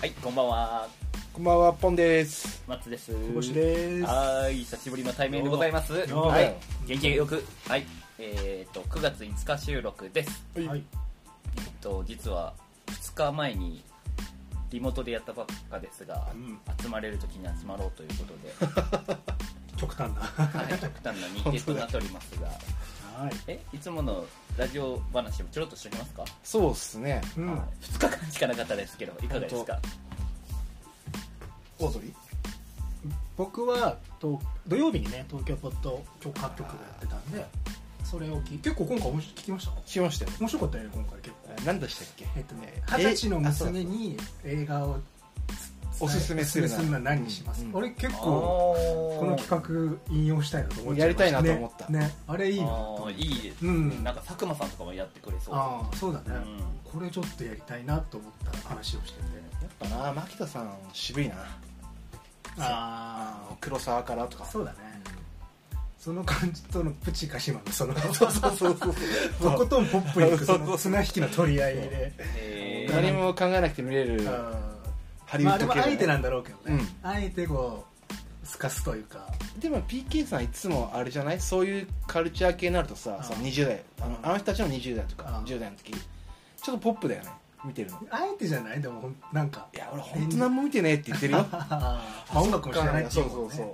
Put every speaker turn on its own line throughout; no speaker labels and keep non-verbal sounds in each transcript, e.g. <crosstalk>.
はい、こんばんは、
こんばんは、ポンです。
マッツです。
星です
はーい、久しぶりの対面でございます。
どうも
はい、元気よく、はい、えっ、と、9月5日収録です。
はい
はい、
えっと、実は2日前にリモートでやったばっかですが、
うん
集まれる時に集まろうという
<laughs>
ことで、
極端な
はい、極端な日程となっておりますが、
はい
え、いつものラジオ話もちょろっとしておきますか。
そうっすね。
うん
はい2日間しかなかったですけど、いかがですか。
オードリー
僕はと土曜日にね東京ポッド許可局がやってたんでそれを聞い結構今回面白い聞きました
聞きましたよ。
面白かったよね今回結構
何でしたっけ
えっとね
え
二十歳の娘
あ
に映画をつ
おすすめするな
おすすめのは何にします、
うん
あれ結
あ
構
ー
この企画引用したいなと思っちゃいま
やりたいなと思った
ねねあれいいな
あーいいですね、
うん
なんか佐久間さんとかもやってくれそう
ああそうだね、
うん
これちょっとやりたいなと思った話をしてて
やっぱな、牧田さん、渋いな。
あ
黒沢からと
あ
か。
そうだね、その感じとのプチカシマのその
そうそうそうそう。
とことんポップにいく
そ
そう
そう
の綱引きの取り合いで
へー
何も考えなくて見れる
うん
ハリウ
ま
ッ
あで
ド
も
系
あえ
だ
てな
ね
んだろうけどね、あえてこうすかすというか
でも PK さんいつもあれじゃないそういうカルチャー系になるとさ
うん
その20代あの
うん
あの人たちの20代とか
うん
10代の時ちょっとポップだよね見てるの
あえてじゃないでもほんなんか
いや俺本当何も見てねえって言ってるよ
あーまあ音楽も知らないってい
そうう
もん
そう
ね
そう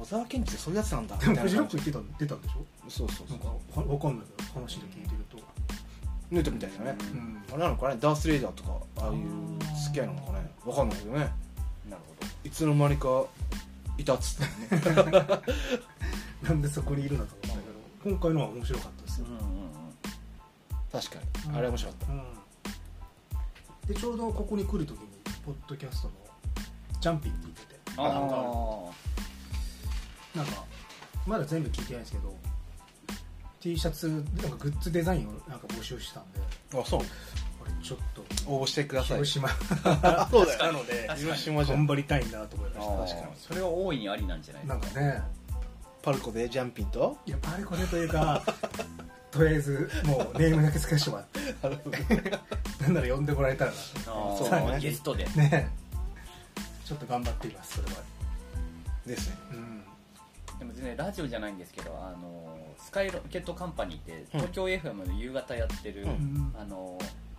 小沢健二ってそういうやつなんだみ
で
たい
も
な
フジロッ
感
ク
じ
行ってた出たんでしょ
そうそうそ
な
うん
かわわかんないけど話で聞いてると、
ヌートみたいなね、
うん
うん
あれなのかねダース・レイダーとかああいう好き合いなのかねわかんないけどね
なるほ
いつの間にかいたっつってね
なんでそこにいるんだと思ったけど今回のは面白かったですよ
ど、、うんうんうん、
<laughs> 確か
う
に
ん
あれ面白かっ
うん、でちょうどここに来るときにポッドキャストのジャンピング聞いてて
あ
なんか
あ
なんかまだ全部聞いてないんですけど T シャツなんかグッズデザインをなんか募集してたんで
たあそう
これちょっと
応募してくだ <laughs> さい
広島
そうだ
なの
確
で
かに
広島じゃ
頑
ん
張りたいなと思いまし
あー
確かにそれは大いにありなんじゃない
たなんかね
パルコでジャンピンと
いやパレコレというか <laughs> とりあえずもうネームだけつけしてもらってなんなら呼んでもらえたらな
あー
そうだね
ゲストで
ねちょっと頑張っていますそれは
<laughs> ですね
うん
でも全然ラジオじゃないんですけどあのスカイロケットカンパニーって
うん
東京 FM の夕方やってる、
うん
あの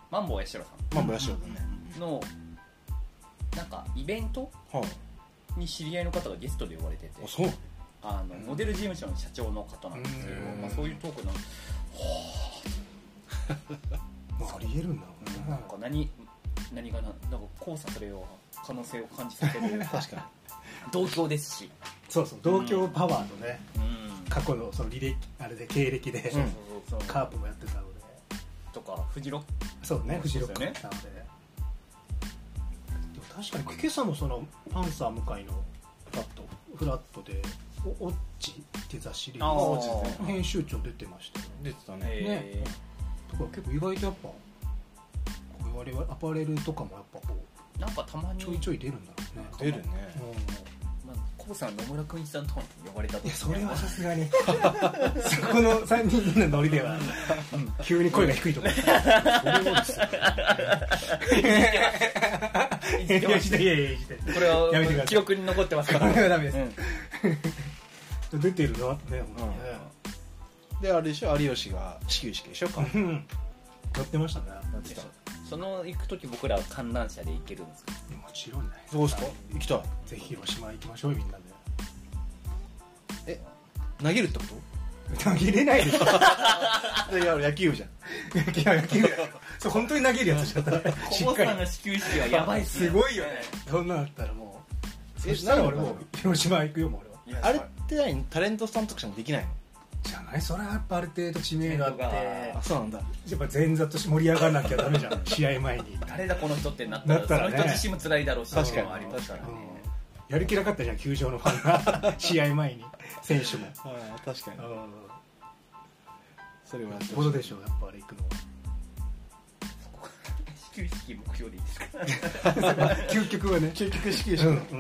マンボウ八代さ
まあ村城だね
んのなんかイベント
はい
に知り合いの方がゲストで呼ばれてて
あそうなの
あのモデル事務所の社長の方なんですけど、
うん
まあ、そういうトークなん
まあ、ありえるんだろう
な
なん
か何何がななんか交差それを可能性を感じさせ
<laughs>
る
確か
同郷ですし、
そうそう同郷パワーとね、
うん
過去のその履歴あれで経歴で、
うん
そうそうそう
カープもやってたので
とかフジロック
そうね
そう
フ
です
ジ
よ
ロ
ね
ックもやってたのででも確かに今朝もそのパンサー向かいのフラットフラットで「おオッチ」って雑誌リリ
あ
ー
ー
そうです
ス編集長出てましたよ
に出てたね
え
とか結構意外とやっぱこう我々アパレルとかもやっぱこう
ーなんかたまに
ちょいちょい出るんだろう
出
ね
るね
まあ、コウさん野村君一さんとかに呼ばれたと
いやそれはさすがにそこの3人のノリでは、うん急に声が低いと思う
い
いや
や
いやいやいやいや
これは
やめてください
記録に残ってますか
<laughs> こ
ら、
れはダメです、
うん
出てるなってね、本
であれでしょ有吉が始球式でしょか
当にね。やってましたね。やってた。
その行く時僕らは観覧車で行けるんですか
もちろんね。
どうですか行きたい
ぜひ広島行きましょうよみんなで。
投げるってこ
投げれないでしょ。
といや野球部じゃん
いや、野球だよそう、本当に投げるやつだった。し
コ
っ
ウ
か
さん
り。
の始球式はやばいっすね
すごいよね。そんなだったらもう。
え
そしたら俺もう広島行くよ、もう俺は。
いや
あれって何タレントさんとかじゃできない
じゃないそれはやっぱある程度知名度あって、
知名度
のあ
や
そうなんだ
っぱ前座として盛り上がらなきゃダメじゃ <laughs> ん、試合前に。
誰だこの人ってなったら
なったらね
その人自身も辛いだろうし
確かに
ありますからね
うんやる気なかったじゃん、球場のファンが。試合前に、選手も。
はい確かに
うん
それはやってほ
ほ
し
ど
い
でしょうやっぱあれ行くのは <laughs>
始球式目標でいいですかいや
究極はね <laughs>
究極始球
うんうん
すい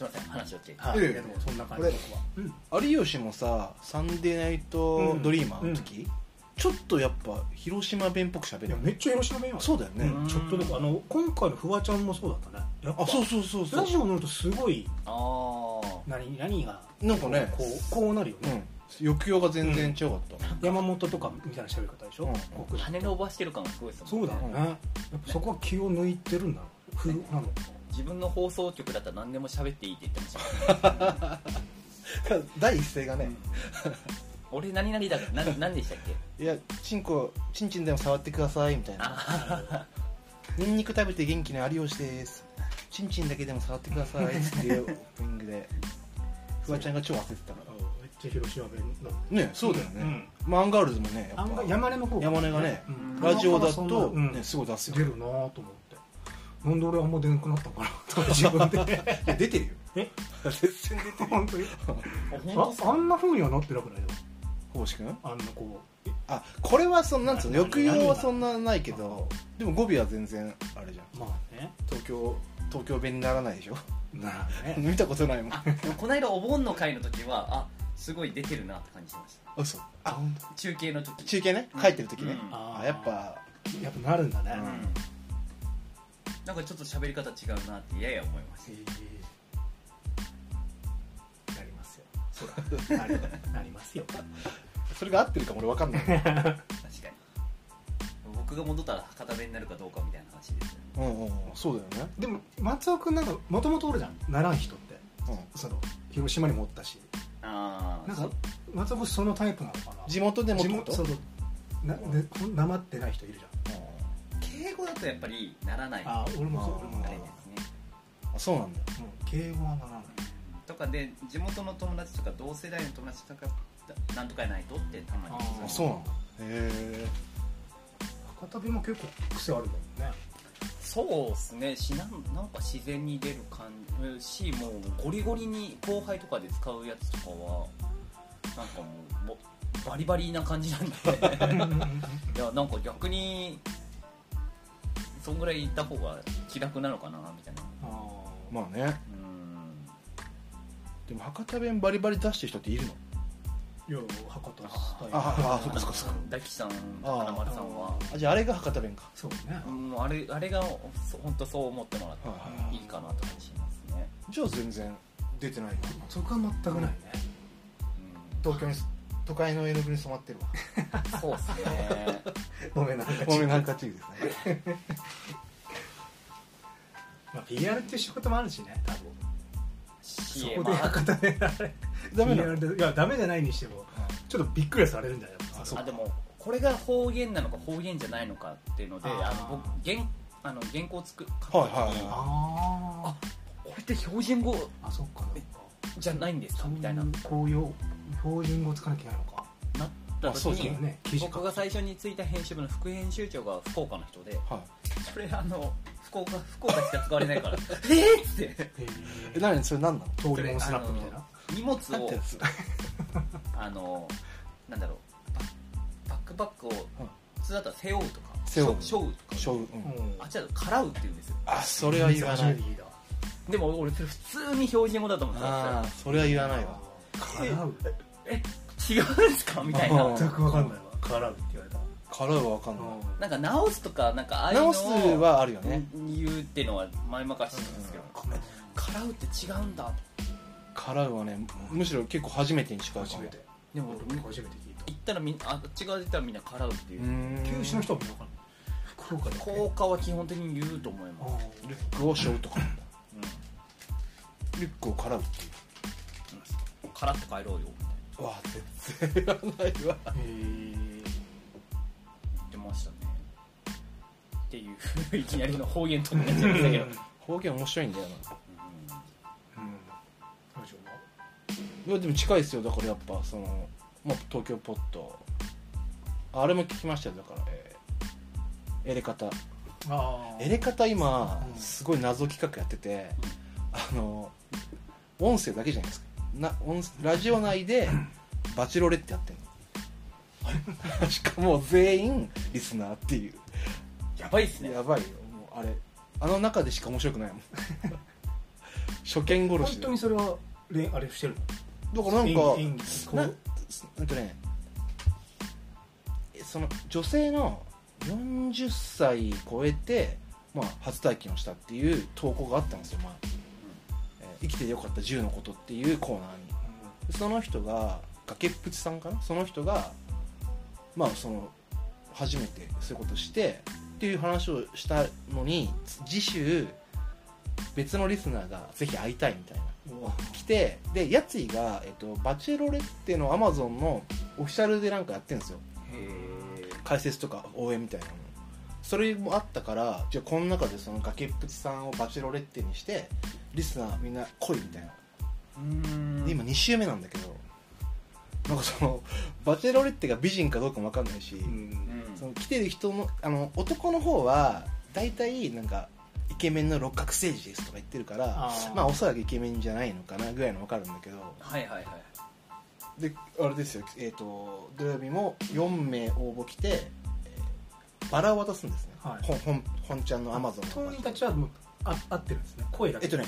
ません話をって
はい
ええ
いやでもそんな感
こ
じ
れ
僕はうん
有吉もさ「サンデーナイトドリーマー」の時、ちょっとやっぱ広島弁っぽく喋
いや
る
めっちゃ広島弁やん
そうだよね、
うん
ちょっとでもあの今回のフワちゃんもそうだったねやっぱ
あそうそうそうそ
ラ
う
ジオ乗るとすごい
あー
何何が
なんかね
こうこうなるよ
う
ね、
ん抑揚が全然違かった、
山本とかみたいな喋り方でしょ、
うん
僕
羽伸ばしてる感がすごいです
そ
もん
うだよね、やっぱそこは気を抜いてるんだろう風なの
自分の放送局だったら何でも喋っていいって言ってましたもん
第一声がね、
俺何々だからな何でしたっけ
いやチンコチンチンでも触ってくださいみたいな
あ
ニンニク食べて元気な有吉ですチンチンだけでも触ってくださいっていうオープニングでフワちゃんが超焦ってたから
めっちゃ広島弁なの
ねそうだよね、まあ、アンガールズもねや
あ
っ
ん
ぱ
ま山根の方
山根がね
うん
ラジオだ
そんな
と、
うん
ねすごい出すよ
出るなぁと思ってなんで俺あんま出なくなったのかなと自分で
いや出てるよ
え
絶対出てるよ
本当に
あ
ああんな風にはなってなくないよ
ほうし君
あんなこう
あこれはそんなんつうの
あ
抑揚はそんなないけどでも語尾は全然あれじゃん
まあね
東京東京弁にならないでし <laughs> ょ
なあね
見たことないもんあ
でもこの間お盆の会の時はあすごい出てるなって感じしました
嘘あ本
中継の時
当。中継ね帰ってる時ね、
うん
あー
あやっぱ
やっぱなるんだね、
う
うんんなんかちょっと喋り方違うなってやや思いました
なりますよそらなりなりますよ
それが合ってるかも俺分かん <laughs> ない
確かに僕が戻ったら博多弁になるかどうかみたいな話ですよね
うんうんうんそうだよね
でも松尾君なんかもともとおるじゃんならん人って
うん
その広島にもおったし
あ
なん
あ
か松尾君そのタイプなのかな
地元でもっ
地
てこ
元
と
そのなねこんなまってない人いるじ
うん
敬語だとやっぱりならない
ゃんあ俺もそう
あー
俺も
あ
そ
れ
う
ですね
あそうなんだ
うん敬語はならない
とかで地元の友達とか同世代の友達とかなんとかやないとってたまに
あ
あそうなんだへ
博多弁も結構癖あるもんね
そうっすねしなんなんか自然に出る感じしもうゴリゴリに後輩とかで使うやつとかはなんかもうぼバリバリな感じ
<laughs>
なんでいやなんか逆にそんぐらい行った方が気楽なのかなみたいな
あー
えまあね
うん
でも博多弁バリバリ出してる人っているの
いや博多スタイル
ああそっかそっかそっか
大吉さん花丸さんは
あじゃああれが博多弁か
そうね
うんあれあれが本当そう思ってもらったら
い
いいかなと感じますね、
じゃあ全然出てないよ
そこは全くない
う
ね
ん、
東京に都会の絵の具に染まってるわ
そうっすね
ごめんなさ
<laughs>
い
ごめんなんかちいですね
まあ PR っていう仕事もあるしね多分そ
CM
こで博多弁
ダメなの
PR でいやダメじゃないにしてもちょっとびっくりはされるんじゃない
あ
そ
あでもこれが方言なのか方言じゃないのかっていうので
あー
あの僕原あの原稿つく
はいは
書く
い
時に
は
あ
これって標準語
あそっか
えじゃないんですかみたいな
こういう標準語つかなきゃいけないのか
なった
あそう
時
です
に
よ
ね記事書く
僕が最初についた編集部の副編集長が福岡の人で
い、はい、
それあの福岡福岡しか使われないからえっって
え何それ何なの
通りもんスナップみたいな
荷物
なん
を
てやつ
あのなんだろうバックパックを
うん
普通だったら背負うとか
背負う
しょ背負うとか
しょう、うん、
うん
あっちだとからうって言うんですよ
あそれは言わない
初めて聞いたわ
でも俺それ普通に標準語だと思ってたんですよ
ああそれは言わないわ
からう
え違うんですかみたいな
あ
全くわかんないわからうって言われた
からはわかんない
なんか直すとかなんかああいうのを
直すはあるよね
言うっていうのは前々から知ってたんですけど、
ごめん
からうって違うんだ
からはねむしろ結構初めてに近いか
初
も
めて
でも
俺も初めて聞いた
行ったらみんなあっち側で行ったらみんなからうっていうう、
ーん
九州の人はみんなわかんない福岡で
効果は基本的に言うと思い
あ
ます、
リュックをしょうとかなんだ
う
リュックをからうってい
んからって帰ろうよみたいう
わ全然言わないわ
ーへ
な言ってましたねっていう <laughs> いきなりの方言とになっちゃいましたけど、うん
方言面白いんだよな
えうん大丈夫
いやでも近いですよだからやっぱその、まあ、東京ポットあれも聞きましたよだから、えーエレカタ
あ
エレカタ今
うん
すごい謎企画やっててあの音声だけじゃないですかな音ラジオ内でバチロレってやってんの <laughs> しかも全員リスナーっていう
やばいっすね
やばいよもうあれあの中でしか面白くない
<laughs>
もん初見殺
本
しで
当にそれはれあれしてる
だからなんか
演技
ななんかねその女性の40歳超えて、まあ、初体験をしたっていう投稿があったんですよ、まあえー生きてよかった10のこと」っていうコーナーにでその人が崖っぷちさんかなその人がまあその初めてそういうことしてっていう話をしたのに次週別のリスナーがぜひ会いたいみたいな来てでやついが、えっと「バチェロレッテ」のアマゾンのオフィシャルでなんかやってるんですよ
へ
解説とか応援みたいなのそれもあったからじゃあこの中でその崖っぷちさんをバチェロレッテにしてリスナーみんな来いみたいな
ーうん
で今2週目なんだけどなんかそのバチェロレッテが美人かどうかも分かんないし、
うん
その来てる人のあの男の方は大体なんかイケメンの六角政治ですとか言ってるから
あー
まあおそらくイケメンじゃないのかなぐらいの分かるんだけど
はいはいはい
であれですよ、えー、と土曜日も4名応募来て、えーバラを渡すんですね、
はい
本本本ちゃんのアマゾン
当人たちはもうあ合ってるんですね声だけ
えっとね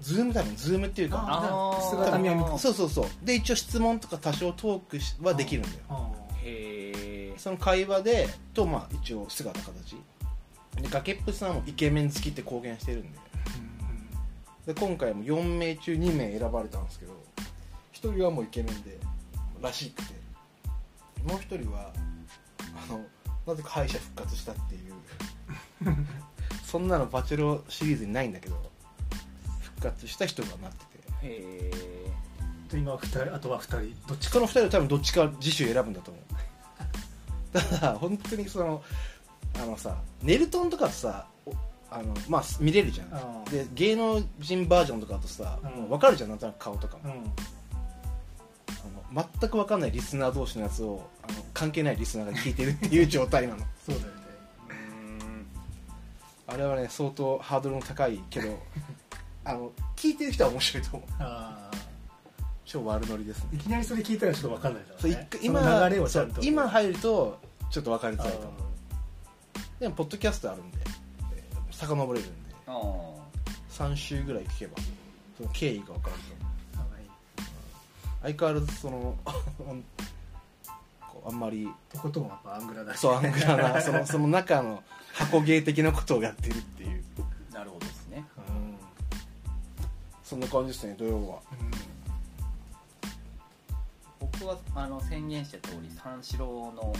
ズーム多分ズームっていうか
あー姿
見は
見あー
そうそうそうで一応質問とか多少トークしはできるんだよ
あ
へえ
その会話でとまあ一応姿形で崖っぷちさんはもうイケメン好きって公言してるんで
ーうん
で今回も4名中2名選ばれたんですけど1人はもうイケメンでらしくてもう1人はあのなぜか敗者復活したっていう
<laughs>
そんなのバチェロシリーズにないんだけど復活した人がなってて
へえ
と今は二人あとは二人どっちか
その2人は多分どっちか次週選ぶんだと思
<laughs>
うただ本当にそのあのさネルトンとかさおあのまあ見れるじゃん
あー
で芸能人バージョンとかだとさ、
うん
もう分かるじゃんなんとなく顔とかも、
うん
あの全く分かんないリスナー同士のやつをあの関係ないリスナーが聞いてるっていう状態な
<laughs>
の
そうだよね
うん
あれはね相当ハードルの高いけど
<laughs>
あの聞いてる人は面白いと思う
あ
超悪ノリです
ー
ね
いきなりそれ聞いたらちょっと分かんないだろう
そう一
ね
回
その流れをちゃん
そ
と
う今入るとちょっと分かりづ
あ
らいと思うでもポッドキャストあるんで、えー、遡れるんで
ああ
3週ぐらい聞けばその経緯が分かると思う
ーかわいい
相変わらずその <laughs> こうあんまり
ってこともやっぱアングラだし
そうアングラなそのその中の箱芸的なことをやってるっていう
なるほどですね
うん
そんな感じですね土曜は
僕はあの宣言した通り三四郎の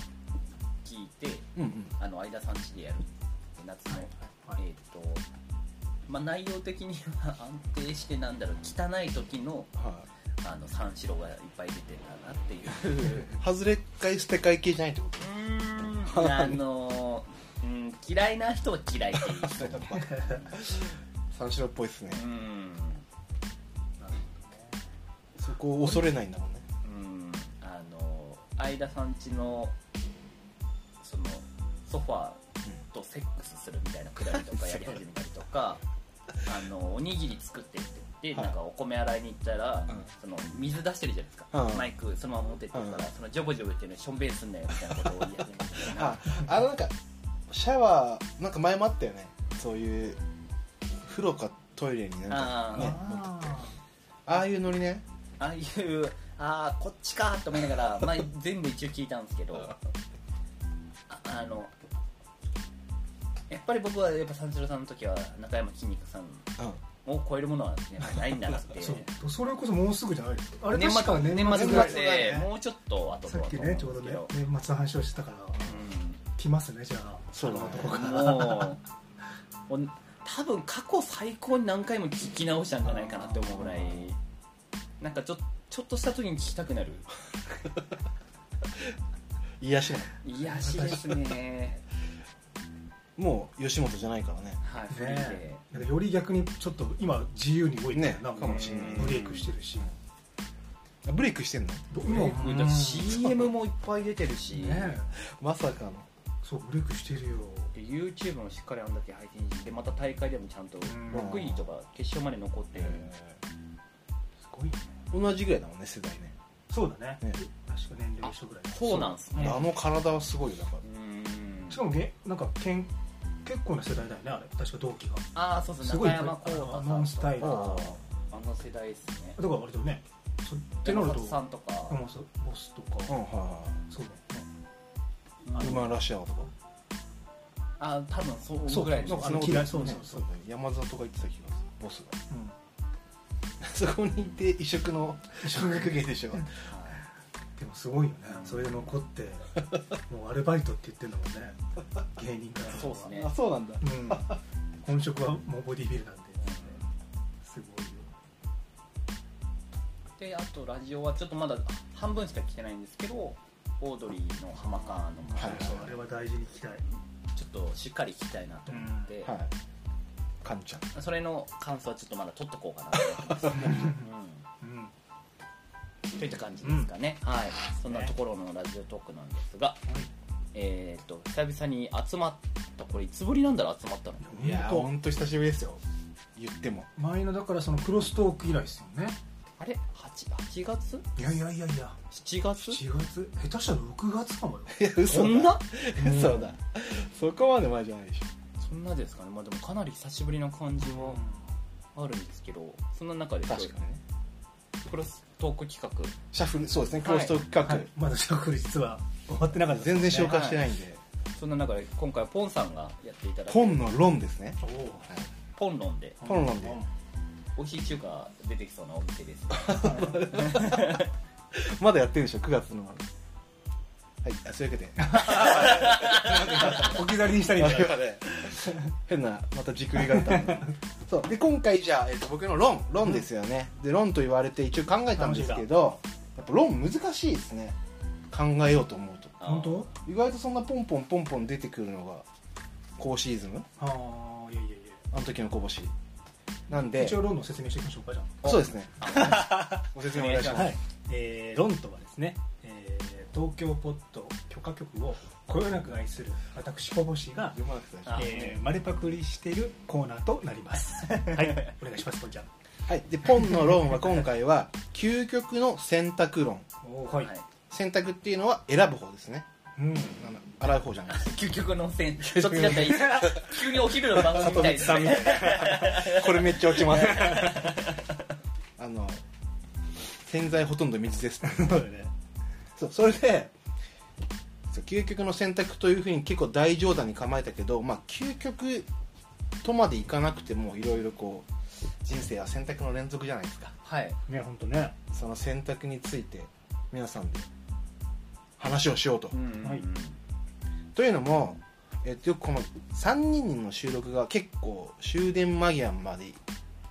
聞いて
うんうん
あの相田さんちでやるって夏の、
はい
えっ、とまあ内容的には安定してなんだろう汚い時の
は
あの三四郎がいっぱい出てたなっていう
い外れっかい捨て替え系じゃないってこと
うー <laughs> んあのうん嫌いな人は嫌いっていう人
<laughs> 三四郎っぽいっすね
うん
そこを恐れないんだもんね
うんあの相田さんちのそのソファーとセックスするみたいなくだりとかやり始めたりと
<laughs>
かあのおにぎり作ってって言って、
はい
なんかお米洗いに行ったら、
うん
その水出してるじゃないですか、
うん
マイクそのまま持ってってるから、
うん
そのジョブジョブっていうのしょんべんすんなよみたいなことを言い始めたり
<laughs>
と
あ
か
あのなんかシャワーなんか前もあったよねそういう風呂かトイレになんか
あー
ね持ってってああいうノリね
ああいうああこっちかと思いなが
<laughs>
ら、まあ、全部一応聞いたんですけどああのやっぱり僕はやっぱ三四郎さんの時は中山きんに君さん
うん
を超えるものは、ね、ないんだなって
そうそれこそもうすぐじゃないですかあれ
年
確か
末
年
年末
末
ぐ
ぐ
ら
ら
い
い
年末だ
で
よね
もうちょっと後
さ
とだ
っ
と
き
思うん
ね
で
ちょうど
すけ
ね
ど、
年末の話をしてたから来ますねじゃあ
そうだね
あのとこか
うん
ら
もうもう多分過去最高に何回も聞き直したんじゃないかなって思うぐらいなんかちょちょっとした時に聞きたくなる
癒やしない
癒やしですね
もう吉本じゃないからね
はいフリー
ね
で
なんかより逆にちょっと今自由に動いてる
ね
なんか
かも
し
し
れ
れ
な
ないいブレイクしてるし
ブレイクしてんの
ブレイクだし
うん
CM もいっぱい出てるし、
ね
まさかの
そうブレイクしてるよ
で YouTube もしっかりあんだけ配信してまた大会でもちゃんと
ん
6位とか決勝まで残ってる、
すごいね
同じぐらいだもんね世代ね
そうだね
ね
確か年齢一緒ぐらいだ
そうなんすね
あの体はすごいよだから
うん
しかもげなんかけん結構な世代だよねあれ確か同期が
ああそうそう
す
中
ごい
山浩太さんと
アナウンスタイル
あ
あの世代ですね
だから割とねそうってな
山
ると
里さんとか、
うんそうボスとか
うんはいはい
そうだよね
あ
ウー
の
マンラッシュアワーとか
あ多分そうぐらい
そ
の
う
の
嫌いそう
ね
そうそう
だね山里が言ってた気がするボスがそこにいて異色の食芸でしょ
でもすごいよねそれで残ってもうアルバイトって言ってんだもんね芸人から
そうっすね
あそうなんだ
うん本職はもうボディービルなんですごいよ
であとラジオはちょっとまだ半分しか来てないんですけどオードリーの浜川のも、
はい
そうあれは大事に聞きたい
ちょっとしっかり聞きたいなと思って、
はいかんちゃん
それの感想はちょっとまだ取っとこうかなと思ってます、
うん
うん、といった感じですかね、はいそんなところのラジオトークなんですが、えっ、と久々に集まったこれいつぶりなんだろう集まったの
いや
ほんと
本当久しぶりですよ言っても
前のだからそのクロストーク以来ですよね
あれ 8, 8月
いやいやいやいや
?7 月
7月下手したら6月か <laughs> もよ
いや嘘
そんな
嘘だそこまで前じゃないでしょ
そんなですかねまあでもかなり久しぶりな感じはあるんですけどそんな中で
確かにね
クロストーク企画
シャッフルそうですねクロストーク企
は
画、
いまだシャッフル実は終わってなかったです
全
ね
然消化してないんで、
そんな中で今回はポンさんがやっていただく
ポンの論ですね、
おお
ポンロンで
ポン論で
美味しい中華出てきそうなお店です
まだやってるんでしょ9月のはいあそういうわけで
置き去りにしたり
あ
み
れ
たいな <laughs>
はね変なまた軸があったんでそうで今回じゃあ、えっと僕の論論ですよね、で論と言われて一応考えたんですけどやっぱ論難しいですね考えようと思うと
本当
意外とそんなポンポンポンポン出てくるのが講師イズム
ああいやいやい
あの時のこぼしなん
や
で
一応論の説明していきましょうかじゃあ
そうですねご説明お願いします
はい、えー、ロンとはですね、えー東京ポッド許可局をこよなく愛する私小星が、
読まなくて大丈
あ
えー、丸パクリしてるコーナーとなりますはい <laughs> お願いしますポンちゃん
夫はいでポンの論は今回は <laughs> 究極の選択論
おーはい、
はい
選択っていうのは選ぶ方ですね
うん
あの洗う方じゃないです
究極の線そっちだったらいい急にお昼の番組みたいです
<laughs>
ね
これめっちゃ落ちます <laughs> あの洗剤ほとんど水です
そうだね
<laughs> そうそれでそう究極の選択というふうに結構大冗談に構えたけどまあ究極とまでいかなくてもいろいろこう人生は選択の連続じゃないですか
はい
ね本当ね
その選択について皆さんで話をしようと、
うん
はい
というのも、えっと、よくこの3人の収録が結構終電間際まで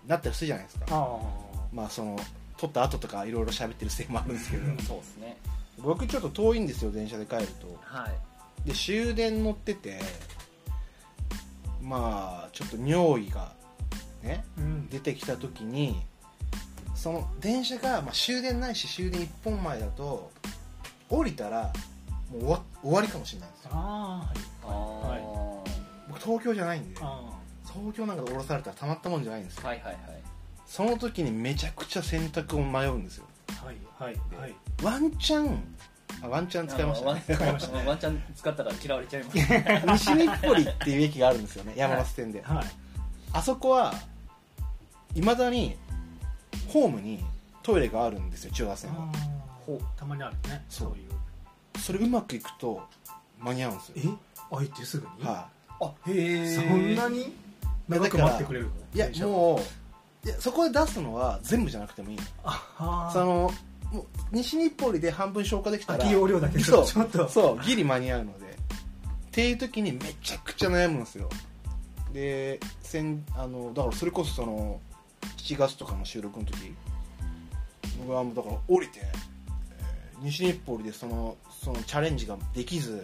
なったりするじゃないですか
あ
まあその撮った後とかいろいろ喋ってるせいもあるんですけど
そうですね
僕ちょっと遠いんですよ電車で帰ると
はい
で終電乗っててまあちょっと尿意がね
あうん
出てきた時にその電車が、まあ、終電ないし終電1本前だと降りたらもう終わ終わりかもしれないんですよ
あ
あー
は
はいい
僕東京じゃないんで
ーあ
東京なんかで降ろされたらたまったもんじゃないんですよ
はいはい
その時にめちゃくちゃ選択を迷うんですよ
ーはいはいはい
ワンチャンあワンチャン使いましたね
あのワンワンチャン使ったら嫌われちゃいます
西日暮里っていう駅があるんですよね山手線で
はい
あそこはいまだにホームにトイレがあるんですよ中央線は
あ
ほう
ーたまにあるね
そう
そういう
それうまくいくと間に合うんですよ
え開いてすぐに
は
あへ
そんなに長く待ってくれるの
いいや
電車
もういやそこで出すのは全部じゃなくてもいいの
あ
そのもう西日暮里で半分消化できたら
空き容量だけち
そ
ょ
う
っとちょっ
<laughs>
と
そうギリ間に合うのでっていう時にめちゃくちゃ悩むんですよでせんあのだからそれこそその7月とかの収録の時僕はもうだから降りて、えー西日暮里でそのそのチャレンジができず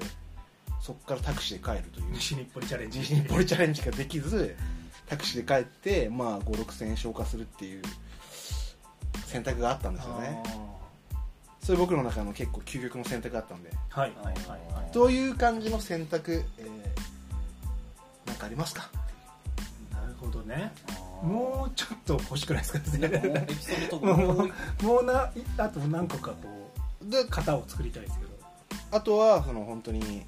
そこからタクシーで帰るという <laughs>
西日暮里チャレンジ
西日暮里チャレンジができずタクシーで帰って、まあ、5 6千円消化するっていう選択があったんですよねそれ僕の中の結構究極の選択だったんで
あーはい
はいはいはい
という感じの選択、えーなんかありますか
なるほどね
も
もうちょっと欲しくないですか
う
ね
エピソードト
<laughs> も
ーク
うもうなあと何個かこう
で
型を作りたいですけど
あとはその本当に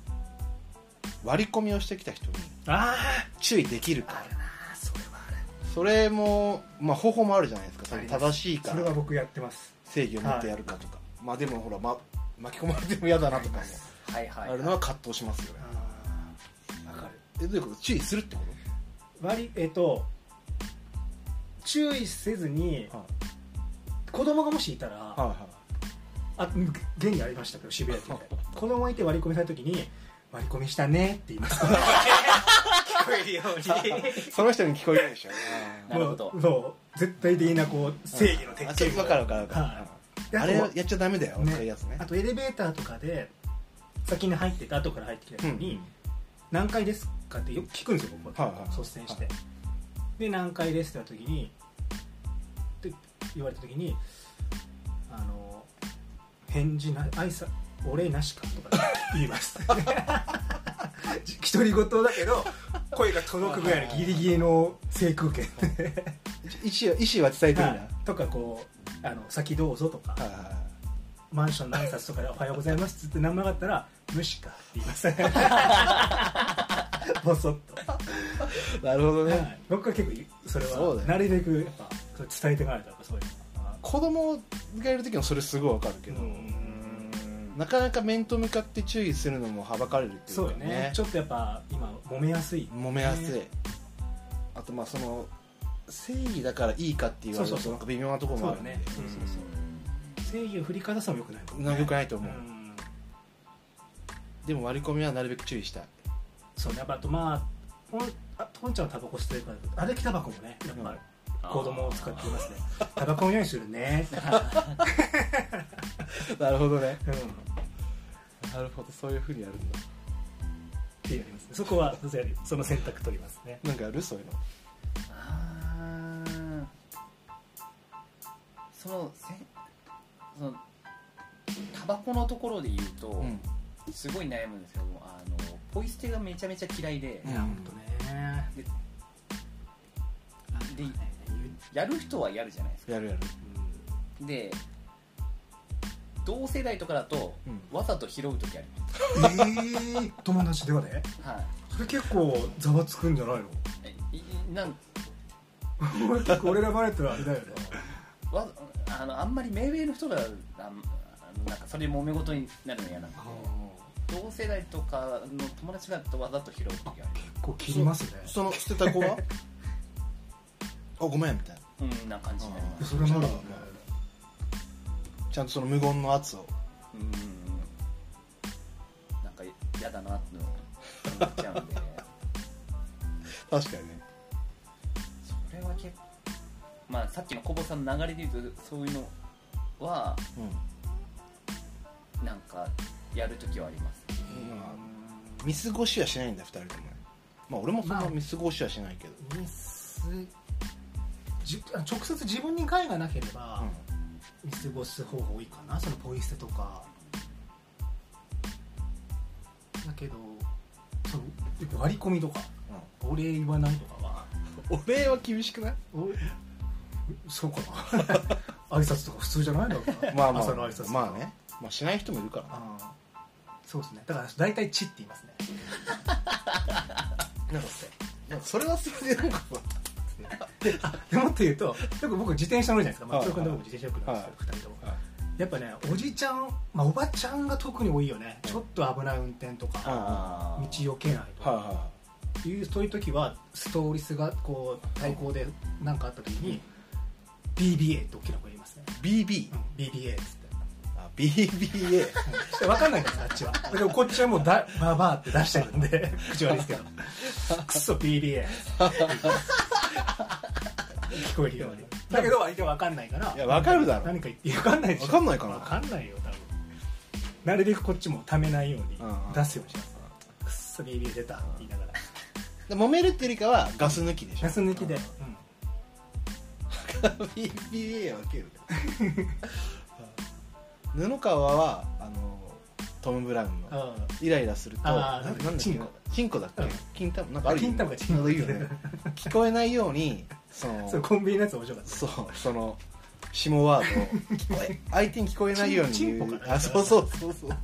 割り込みをしてきた人に
あ
注意できる
あ
か
あるなそれはある
それも、まあ、方法もあるじゃないですかそ
あ
れ
ります
正しいか
それは
ら
僕やってます
正義を持ってやるかとか、まあでもほら、ま、巻き込まれても嫌だなとかも
はいはい、
あるのは葛藤しますよね
あ
わかるえどういうこと注意するってこ
ー割えっと注意せずに
とは
子供がもしいたら
いはいはい
あ現にありましたけど渋谷店で子供がいて割り込みされた時に「割り込みしたね」って言います
聞こえるように
その人に聞こえるでし <laughs> ょ
なるほど
もうそう絶対的なこう正義の鉄拳
分かる分かる分
は
か
い
る
で
あ
あ
れ
とは
やっちゃダメだよ
ね
そういうやつね
あとエレベーターとかで先に入ってて後から入ってきた時に、何階ですかってよく聞くんですよ僕
はいはいはい
率先して、で何階ですって言った時にって言われた時にあの返事な挨拶お礼なしかと <laughs> か言います独り言だけど声が届くぐらいのギリギリの制空権で、
意思は意思は伝えてるんだ
とかこうあの先どうぞとか、
はいはいはい
マンションの挨拶とかで「おはようございます」っつって何もなかったら「無視か」って言います <laughs> ボソッと、
なるほど
は
ね
い僕は結構それ
そう
は
だよ
なるべくやっぱそう伝えていかないとやっぱそういうのは
子供がいる時のそれすごい分かるけどなかなか面と向かって注意するのもはばかれるってい
そうう
か
よねちょっとやっぱ今揉めやすい
揉めやすい
ね
あとまあその正義だからいいかって言われ
そう
る
そ
と
うそう
なんか微妙なところ
そ
も
う
あ
だ
るんで
ねそうそうそう正義を振りかざすのもよくないもんね
なよくないと思う
うん
でも割り込みはなるべく注意したい
そうねやっぱあとまあほんあとんちゃんはタバコ吸ってるから歩きタバコもねやっぱ子供を使っていますねタバコの匂いするね、
なるほどね
うん、っ
なるほどそういうふうにやるんだ
てやりますねそこはその選択取りますね
なんかやるそういうの
あーそのせそのタバコのところで言うと、
うん
すごい悩むんですけどあのポイ捨てがめちゃめちゃ嫌いで
う
い
ん
や本当ね
でやる人はやるじゃないですか
やるやる
で同世代とかだと、
うん
わざと拾う時ありま
えー、友達ではね
すはい
それ結構ざわつくんじゃないの
えいなん
俺結構俺らバレたらあれだよね
わあのあんまり命名の人があんあのなんかそれで揉め事になるの嫌なんで同世代とかの友達だとわざと拾う時あります
結構切りますね
その捨てた子は
<laughs>
あごめんみたいな
うんな感じになります
それならね
ちゃんとその無言の圧を
うんうんうんなんか嫌だなってのを思っちゃうんで
確かにね
それは結構まあさっきの小坊さんの流れで言うとそういうのはなんかやるときはあります
うん、見過ごしはしないんだ2人ともねまあ俺もそんな見過ごしはしないけど、
ミスじあ直接自分に害がなければ
う
見過ごす方が多いかなそのポイ捨てとかだけどその結構割り込みとか
んうん
お礼言わないとかは
お礼は厳しくない
おそうか <laughs> な挨拶とか普通じゃないのかな、
まあまあ
朝の挨拶とか
まあね、まあ、しない人もいるからな
あーそうですねだから大体「ち」って言います <laughs> ね
なんかなんかそれはそれで <laughs> なんかさ
でもっと言うとよく僕自転車乗るじゃないですか
はい
松尾君と僕自転車よく乗るんですけど2人ともやっぱねおじちゃん、まあ、おばちゃんが特に多いよねちょっと危ない運転とか
あ
道避けないと
はい
か
は
いうそういう時はストーリスがこう対抗で何かあった時に BBA って大きな声言いますね、
い BB
うん、BBA っつって
あ BBA
分かんないからあっちはでもこっちはもうだ「ババア」って出してるんで口悪いですけどクソ BBA 聞こえるようにだけど相手は分かんないから
いや分かるだろ
何か言って分かんないでしょ
分かんないかな
分かんないよ多分なるべくこっちもためないように
うんうん
出すようにしますクソ BBA 出たって言いながら
で揉めるっていうよりかはガス抜きでしょ
ガス抜きで、
う
うん
ん BBA は <laughs> 受ける布川はあのトム・ブラウンの
あ
イライラすると
あー
なんなんだっけ
チンコ
チンコだっけ
うん
金玉なんかあるよね
金玉がチンコ
なんかいいよね聞こえないようにそ
あ
の
<laughs> そうコンビニのやつ面白かった
そうその下ワードを聞こえ相手に聞こえないように
チ <laughs> ン
言
チン
う
ポかな
あそうそうそうそう
へ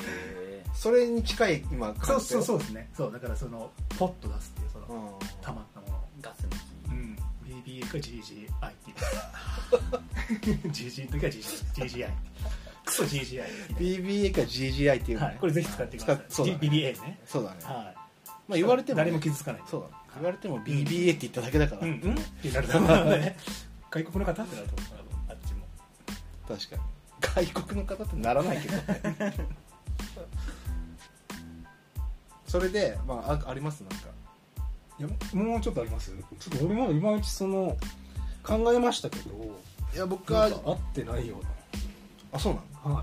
え
それに近い今
そうそうそううですねそうだからそのポッと出すっていうその
ん
たまったものを
ガス抜き
うん
<laughs>
BBA か GGI って言う GG の時は GG GGI クソ GGI、
BBA か GGI っていうの
は
ね
い、これぜひ使ってくださ
使っそ
い、
うだね
BBA ね、
そうだね
はい
まあ言われてもね
誰も傷つかない
そうだね言われても BBA って言っただけだから
うん
確
うんってなると思うので外国の方ってなると思うからあっちも
かに外国の方ってならない <laughs> けどそれでまああありますなんか
いやもうちょっとありますちょっと俺もいまいちその考えましたけど
いや僕
な
は
んか合ってないよう
あそうなの
なは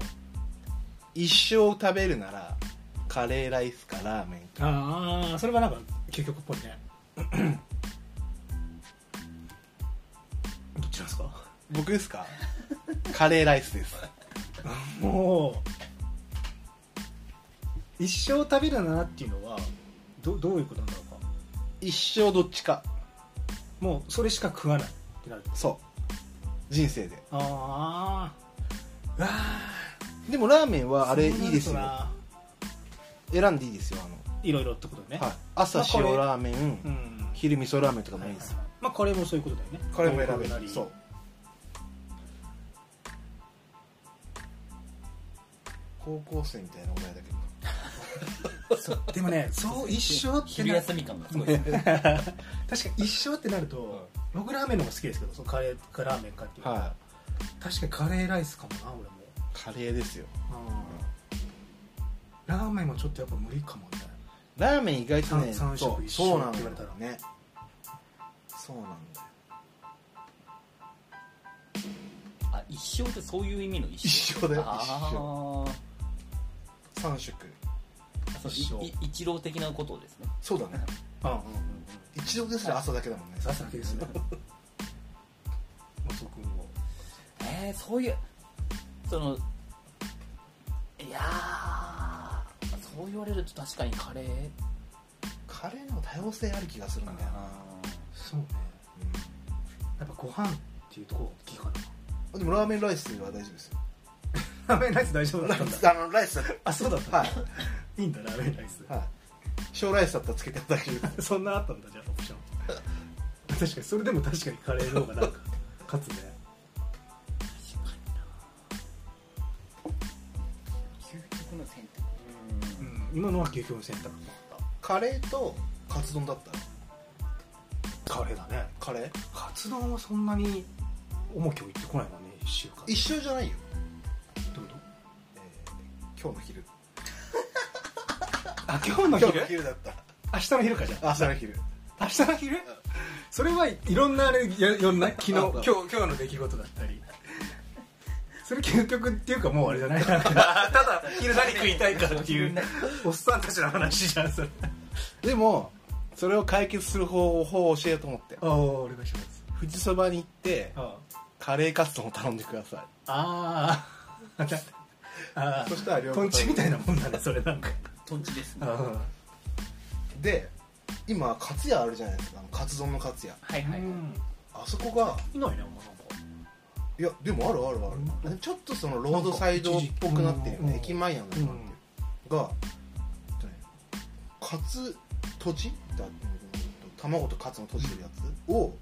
い
一生食べるならカレーライスかラーメンか
ああそれはなんか究極っぽいね
どっちなんですか
僕です <laughs> かカレーライスです
も
一生食べるなっていうのは
うどどういうことなんだろうか
一生どっちか
もうそれしか食わないってなると
そう人生で
ああ
でもラーメンはあれいいです
そう
よ
なるとな
選んでいいですよあの
いろいろってことね、
はい、朝
まあこ
塩
れ
ラーメン、
うん
昼味噌ラーメンとかもいいですよ、
まあこれもそういうことだよね
これも選べ
な
る
り
そう高校生みたいなお題だけど
でもねそう一生って
昼
な
休み感がすごいですね
確かに一生ってなると、僕ラーメンの方が好きですけどそうカレーかラーメンかっていうか、
は
確かにカレーライスかもな俺も
いカレーですよ
ラーメンもちょっとやっぱ無理かもね
ラーメン意外とね
三三
そ
食
う
一
そうな
緒
ん
って
だ
言
よ
われたら
ねそうなんだよ
あ一生ってそういう意味の一生
一生だよ
あー
3食
そう
一生
いい一郎的なことですね
そうだね
うんうんうん
一度ですら朝だけだもんね
朝だけですね松尾君も
えー、そういうそのいやーそう言われると確かにカレー
カレーの多様性ある気がするんだよな、
そうねやっぱご飯っていうところ大きいかな
でもラーメンライスは大丈夫ですよ
ラーメンライス大丈夫だったんだ
あのライスだっ
あそうだった、
たはい、
い、いんだラーメンライス
はい、小ライスだったらつけても大丈夫です
そんなあったんだじゃあオプション確かにそれでも確かにカレーの方がなんか勝つね
究極の選択
うん今のは究極の選択だっ
カレーとカツ丼だったら
たカレーだね
カレー
カツ丼はそんなに重きを言ってこないもんね一週間
一緒じゃないよ、
どういうこと
えー今日の昼
あ今日の
今日の
昼
昼だった
明日の昼かじゃあ
朝の昼
明日の昼それはいろんなあれやいろんな昨日今日今日の出来事だったりそれ究極っていうか <laughs> もうあれじゃないただ昼何食いたいかっていうおっさんたちの話じゃんそれ
でもそれを解決する方法を教えようと思って
ああお願いします
富士そばに行って
あ
カレーカツ丼を頼んでくださ
あああ
いそしたら両方
とんちみたいなもんだねそれなんか
とんちですねは
あ
で今カツ屋あるじゃないですかあのカツ丼のカツ屋
い
あ
はい、
あそこが
いないねお前なんか
いやでもあるあるある、ちょっとそのロードサイドっぽくなってるよ
なん
ね
か
駅前なのになってるが、えっとね、カツとじだ卵とカツのとじてるやつを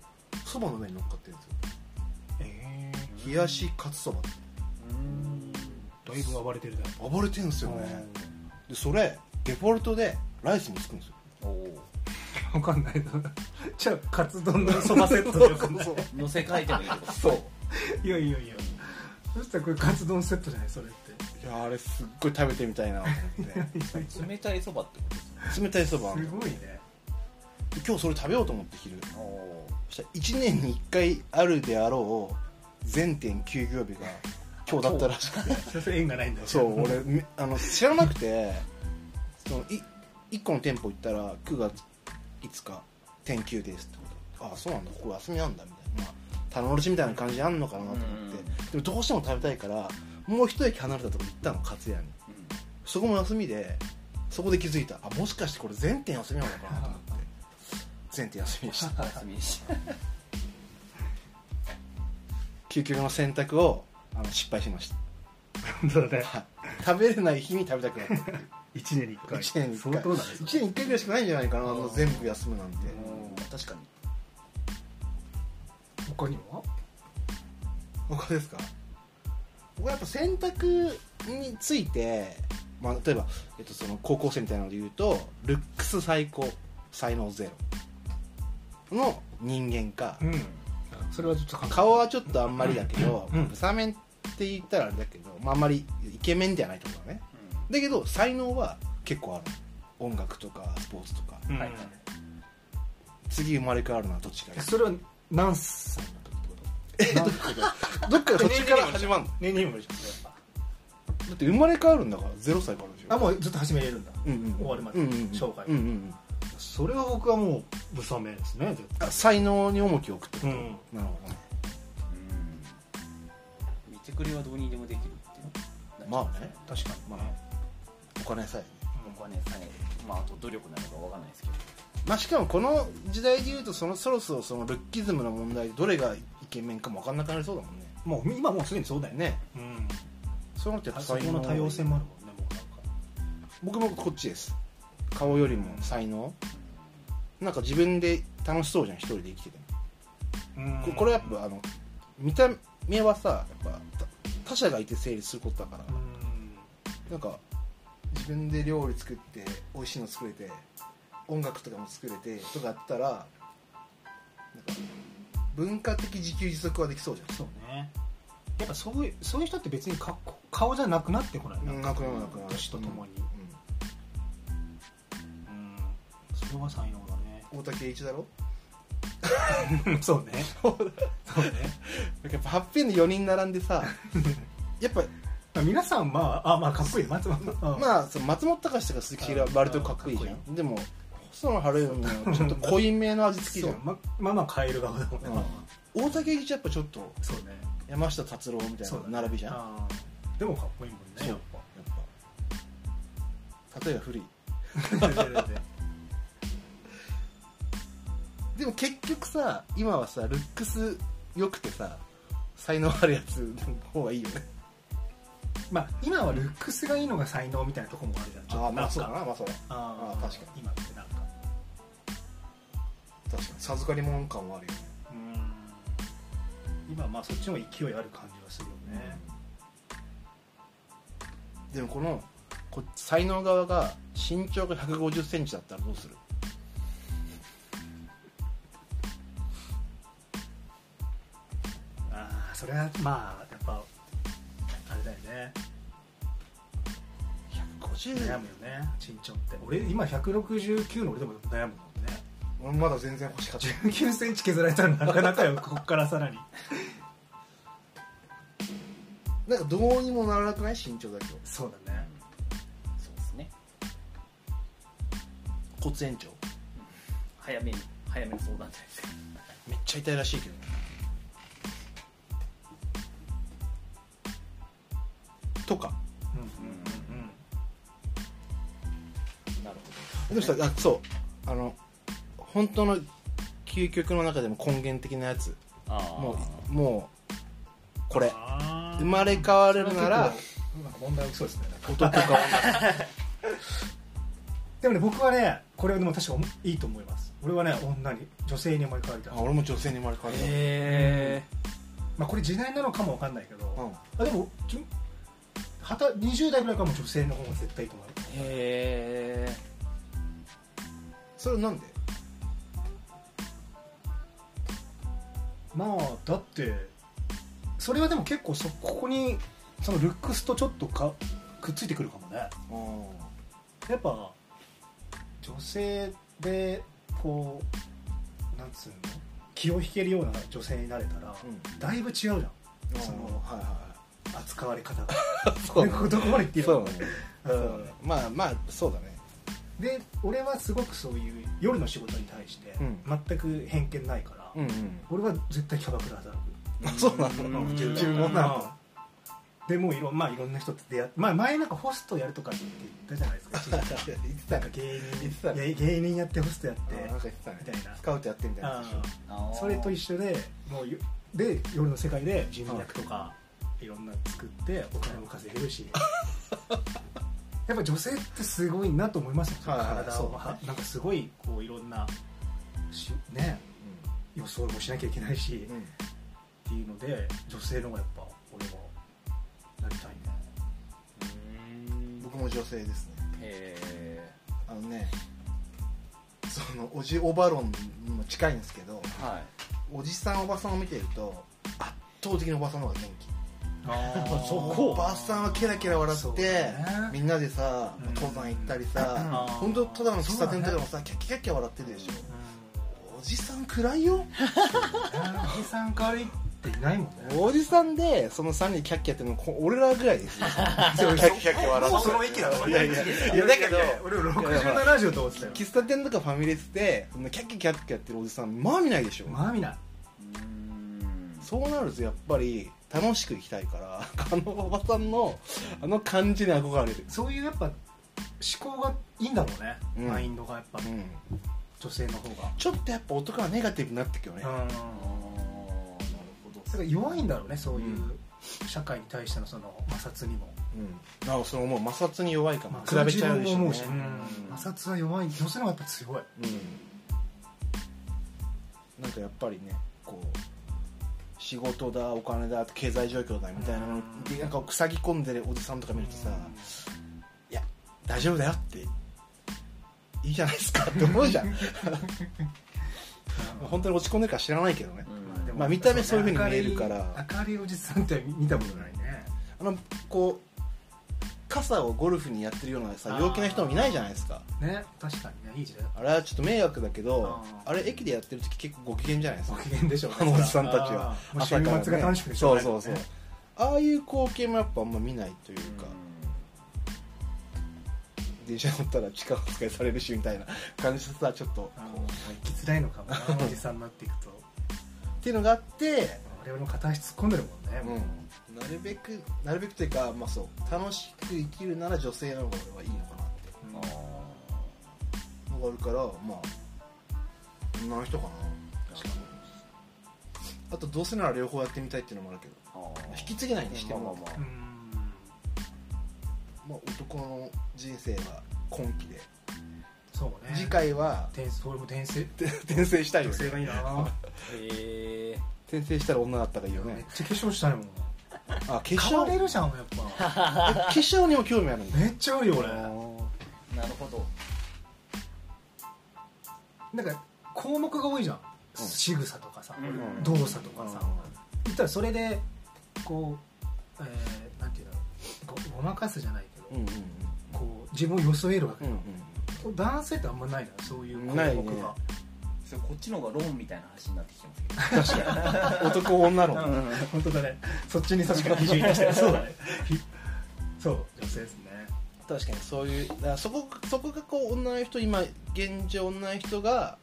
そばの上に乗っかってるんです
え
よ冷やしカツそばって
えだいぶ暴れてるだよ
暴れてるんですよねでそれデフォルトでライスにつくんですよ
おお
わかんない <laughs> なじゃあカツ丼のそばセットでよくない
乗せ替えてもいいってこと
<laughs> そう
いやいやいやそしたらこれカツ丼セットじゃないそれって
いやあれすっごい食べてみたい <laughs> なと思
<laughs>
っ
冷たいそばってことですね
て冷たいそばあん
す
の
ごいね
今日それ食べようと思って昼
おお
そしたら1年に1回あるであろう全店休業日が今日だったらしくて
それ縁がないんだよ
そう俺め <laughs> あの知らなくてそのい1個の店舗行ったら9月5日天休ですってことああそうなんだここ休みなんだみたいな、まあ、棚卸しみたいな感じあんのかなと思ってでもどうしても食べたいからもう一駅離れたとこ行ったの勝ツ屋にそこも休みでそこで気づいたあもしかしてこれ全店休みなのかなと思って全店休みで <laughs> した
お休みにし
究極の選択をあの失敗しました <laughs>
本当だね
はい食べれない日に食べたくなった
<laughs> 一年に一回
1年に1
相
回
当だね
1年に1回ぐらいしかないんじゃないかなあの全部休むなんて
確かに
他にも
他ですか僕はやっぱ選択について、まあ、例えば、えっと、その高校生みたいなので言うとルックス最高才能ゼロの人間か、
うん
それはちょっと考え
顔はちょっとあんまりだけど、
うん
スタメンって言ったらあれだけど、まあ、あんまりイケメンではないところねだけど才能は結構ある音楽とかスポーツとか
うん
はい
次生まれ変わるのはどっちかです
それは何歳の時ってこと
どっから途中から始まるの
年齢にもよるじゃんそれは
だって生まれ変わるんだから0歳からでしょ
あもうずっと始めれるんだ
うんうん
終わるまで
うんうんうん
生涯
うんうんうん
それは僕はもう無差名ですね絶
あ才能に重きを置くってこと
対うん
なるほどね
うん見てくれはどうにでもできるっていう
まあね
確かに
まあお金さえね
僕はねさえまああと努力なのかわかんないですけど
まあしかもこの時代でいうとそのそろそろそのルッキズムの問題でどれがイケメンかも分かんなくなりそうだもんね
もう今もうすでにそうだよね
ね
うん
そうなってやっぱ
そこの多様性もあるもんね僕なんか
僕もこっちです顔よりも才能なんか自分で楽しそうじゃん一人で生きててもここれやっぱあの見た目はさやっぱた他者がいて成立することだから
うん
なんか自分で料理作って美味しいの作れて音楽とかも作れてとかやったらなんか文化的自給自足はできそうじゃ
そうねやっぱそういうそういう人って別にかっこ顔じゃなくなってこない
んうんなくなるなくなる
年とともに
う
うんそれは才能だね
ん、大竹栄一だろ
そうね。そうね。
やっぱハッピーの4人並んで <laughs> さやっぱ
まあ皆さん、まあ、あ、まあ、かっこいい。松本。まあ、
まあその松本隆とか鈴木ひら割とかっこいいじゃんでも細野晴臣のちょっと濃いめの味付きじ
そ
ゃ、
うんま、まあまあ、カエル顔だもんね。
大竹栄一やっぱちょっと
そうね。
山下達郎みたい
そうだね
な並びじゃん、
あーでも、かっこいいもん
そう
ね。やっ
やっぱ例えば古い
ぱ <laughs> 全然全然
でも結局さ今はさルックス良くてさ才能あるやつの方がいいよね
まあ、今はルックスがいいのが才能みたいなとこもあるじゃん。ちょっとなんか。
まあそうだ
あー
あー確か
今ってなんか。
確かに授かり物感はあるよね
うーん。今、まあ、そっちの方が勢いある感じはするよね。
でもこのこ才能側が身長が1 5 0センチだったらどうする
ああ、それは、まあ、やっぱ。あれだよね。悩
150
むよね。身長って。俺、今169の俺でも悩むもんね。
俺まだ全然欲しかった
1 9センチ削られたらなかなかよ <laughs> こっからさらに
<laughs> なんかどうにもならなくない身長だけど
そうだね
そうですね
骨延長
早めに早めの相談じゃないですか
めっちゃ痛いらしいけどねとか
うんうんうん
なる
でもさあそうあの本当の究極の中でも根源的なやつ
ほどああ
もうもうこれ
あー
生まれ変われるなら
それは結構なんか問題起きそうですね
男か
でもね僕はねこれはでも確かいいと思います俺はね女に女性に生まれ変わりたい
女あ俺も女性に生まれ変われる、
へ
まあこれ時代なのかもわかんないけど、
うん
あでもじゅはた20代ぐらいからも女性の方が絶対いいと思う
えへえ
それなんで
まあだってそれはでも結構そここにそのルックスとちょっとかくっついてくるかもね
う
やっぱ女性でこうなんつうの気を引けるような女性になれたら、
ん
だいぶ違うじゃん
そ
そ
の
の
はいはい
扱われ方 <laughs> が
そ
これどこまで言っていい
そう
の
だね
う
そうんだねまあまあそうだね
で俺はすごくそういう夜の仕事に対して
うん
全く偏見ないから、
うんうん
俺は絶対キャバクラ働く
あ <laughs> そうなんだ
ん
<laughs> 自
自
分
分
も
も
な
な
の
でもういろ,、まあ、いろんな人と出会って、まあ、前なんかホストやるとかって言ったじゃないですか一時期
言って
な
た
んか
ね
芸
言ってた
人いや芸人やってホストやって
あなんか言ってたね
みたいな
スカウトやってみたいなやつでしょ
あーそれと一緒でもうよで夜の世界で人脈とかいろんな作ってお金も稼げ
<laughs>
るしやっぱ女性ってすごいなと思いますよ、
はいはい
体を
そうだね
なんかすごいこういろんなしね予想もしなきゃいけないし、
うんうん
っていうので女性の方がやっぱ俺は
も女性ですね
え
あのねそのおじおば論にも近いんですけど
ー、はい
おじさんおばさんを見てると圧倒的におばさんの方が元気
あ
そ
おばさんはケラケラ笑
そう
って、
だね
みんなでさ
うん
登山行ったりさ
うん
本当ただの喫茶店とかもさ、キャッキャッキャッ笑ってるでしょ、おじさん暗いよ
おじさん軽いっていないもんね <laughs>
おじさんでその3人キャッキャやってるのこ俺らぐらいですよ
そう
キャッキャッキャ笑って
その域なの
いやいやいやだけど
俺67十と思ってたよ
喫茶店とかファミレスでそんなキャッキャッキャッキャやってるおじさんまあ見ないでしょ、
まあみんな
うーん
そうなるとやっぱり楽しく生きたいから <laughs> あのおばさんのあの感じに憧れる
そういうやっぱ思考がいいんだろうね、
うん
マインドがやっぱ
うん
女性の方が
ちょっとやっぱ男はネガティブになってくよね、
うん
あーなるほど
だから弱いんだろうねそういうう社会に対してのその摩擦にも、
うん、あそう思う摩擦に弱いかも、
まあ
比べちゃうでしょ、ね、
自分も思うし
うん
摩擦は弱い女性の方がやっぱ強
う
い
ん、なんかやっぱりねこう仕事だお金だ経済状況だみたいなの
うん
でなんか塞ぎ込んでるおじさんとか見るとさ「いや大丈夫だよ」って「いいじゃないですか」って思うじゃんまあ <laughs> 本当に落ち込んでるか知らないけどね
うん
でも
まあ見た目そういう風に見えるから
明るい明るいおじさんって見たことないね
あのこう傘をゴルフにやってるようなさ陽気な人もいないじゃないですか
ね確かにねいい時代だ
あれはちょっと迷惑だけど
あー
あれ駅でやってる時結構ご機嫌じゃないです
ご
か
機嫌でしょうね
あのおじさんたちは
あーもう週末が楽しくでしょ
そうそうそうああいう光景もやっぱあんま見ないというか、電車乗ったら地下扱いされるしみたいな感じでさちょっとこ
あの
うっ
生きづらいのかも
<laughs>
なおじさんになっていくと
ていうのがあって、
我々も片足突っ込んでるもんね、も
うん、なるべくなるべくというか、まあ、そう楽しく生きるなら女性の方が俺はいいのかなって
あ
のがあるからまあ女の人かな確かにあとどうせなら両方やってみたいっていうのもあるけど
ーあー
引き継げないにしても、
まあ
まあ
まあ
うう
まあ
ん
男の人生は今期で、
そうね
次回は
転それも転生
<laughs> 転生したいよ
女
ね
性がいいな
へえ
転生したら女だったらいいよ
めっ
ね
ちゃ化粧したいもん
あ化
変われ
粧
るじゃんやっぱ
化粧にも興味あるんだ
めっちゃあるよ俺
なるほど
なんか項目が多いじゃん、
うん
仕草とかさ、
うん
動作とかさ、言ったらそれでこう、えーなんていうんだろうこうごまかすじゃないけど、
うんうん
こう自分を装えるわけ
うんうん
男性ってあんまないなそういう項目
ないね
が、
それこっちの方がローンみたいな話になってきてますけ
男女
ど、
論
本当だねそっちに確かに肘出してるそうだねひそう女性ですね
確かにそういうだからそこそこがこう女の人今現状女の人が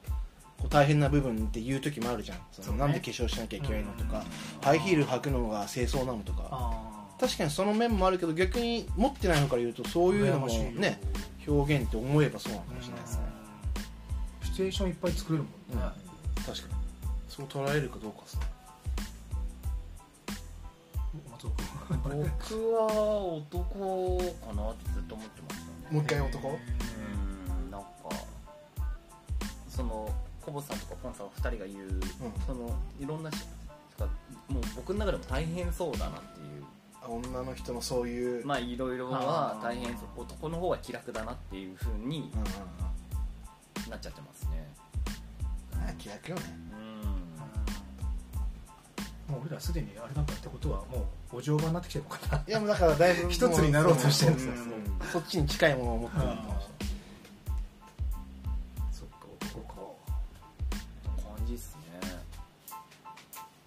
こう大変な部分っていう時もあるじゃんその
そうね
なんで化粧しなきゃいけないのとか
うん
ハイヒール履くのが清掃なのとか
ああ
確かにその面もあるけど逆に持ってないのから言うとそういうのもね表現って思えばそうなのかもしれないですね
シチュエーションいっぱい作れるもんね、
確かにそう捉えるかどうかさ
松尾君
僕は男かなってずっと思ってましたね
もう一回男
うんなんかそのコボさんとかポンさん2人が言う、そのいろんなしかもう僕の中でも大変そうだなっていう
あ女の人のそういう、
まあいろいろは
あー
大変そう男の方が気楽だなっていう風に
うんうん
なっちゃってますね
うん、あ気楽よね
うん
もう俺らすでにあれなんだってことはもうお嬢場になってきてるのかない
やもうだからだいぶ
一つになろうとしてるんですよ
そうそうそうそっちに近いものを持ってるのかもし
そっか男か
感じっすね
れない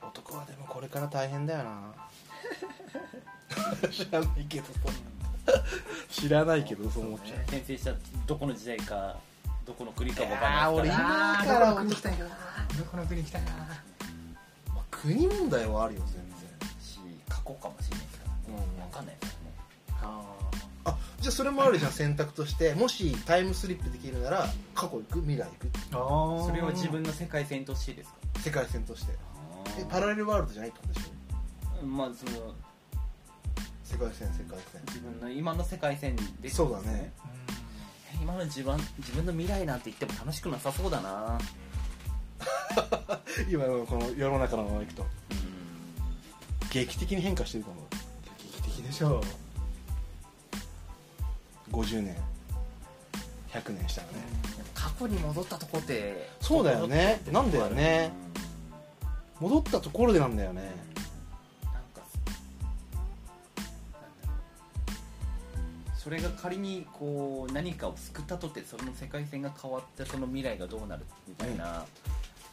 男はでもこれから大変だよな <laughs> 知らないけど知らないけどそう思っちゃう
転生したどこの時代かどこの国かわかん
ああ
ない
俺
ですから
今
あ
か
ー
ら
どこの国行きた
ま
いかなどこの国行きたいかな
あ国問題はあるよ全
し過去かもしれないですから
然、
ねわかんないですね
あ
あじゃあそれもあるじゃん選択としてもしタイムスリップできるなら過去行く未来行く
あー
それを自分の世界線としてですか
世界線として
え
えパラレルワールドじゃないってことでしょ
まあその
世界線世界線
自分の今の世界線で
そうだね
今の自分自分の未来なんて言っても楽しくなさそうだな
今のこの世の中のままいくと
うん
劇的に変化してると思う
劇的でしょう
50年100年したらね
過去に戻ったとこって
そうだよね
ところって
なんだよね戻ったところでなんだよね
うんなんかなんだろうそれが仮にこう何かを救ったとってその世界線が変わってその未来がどうなるみたいな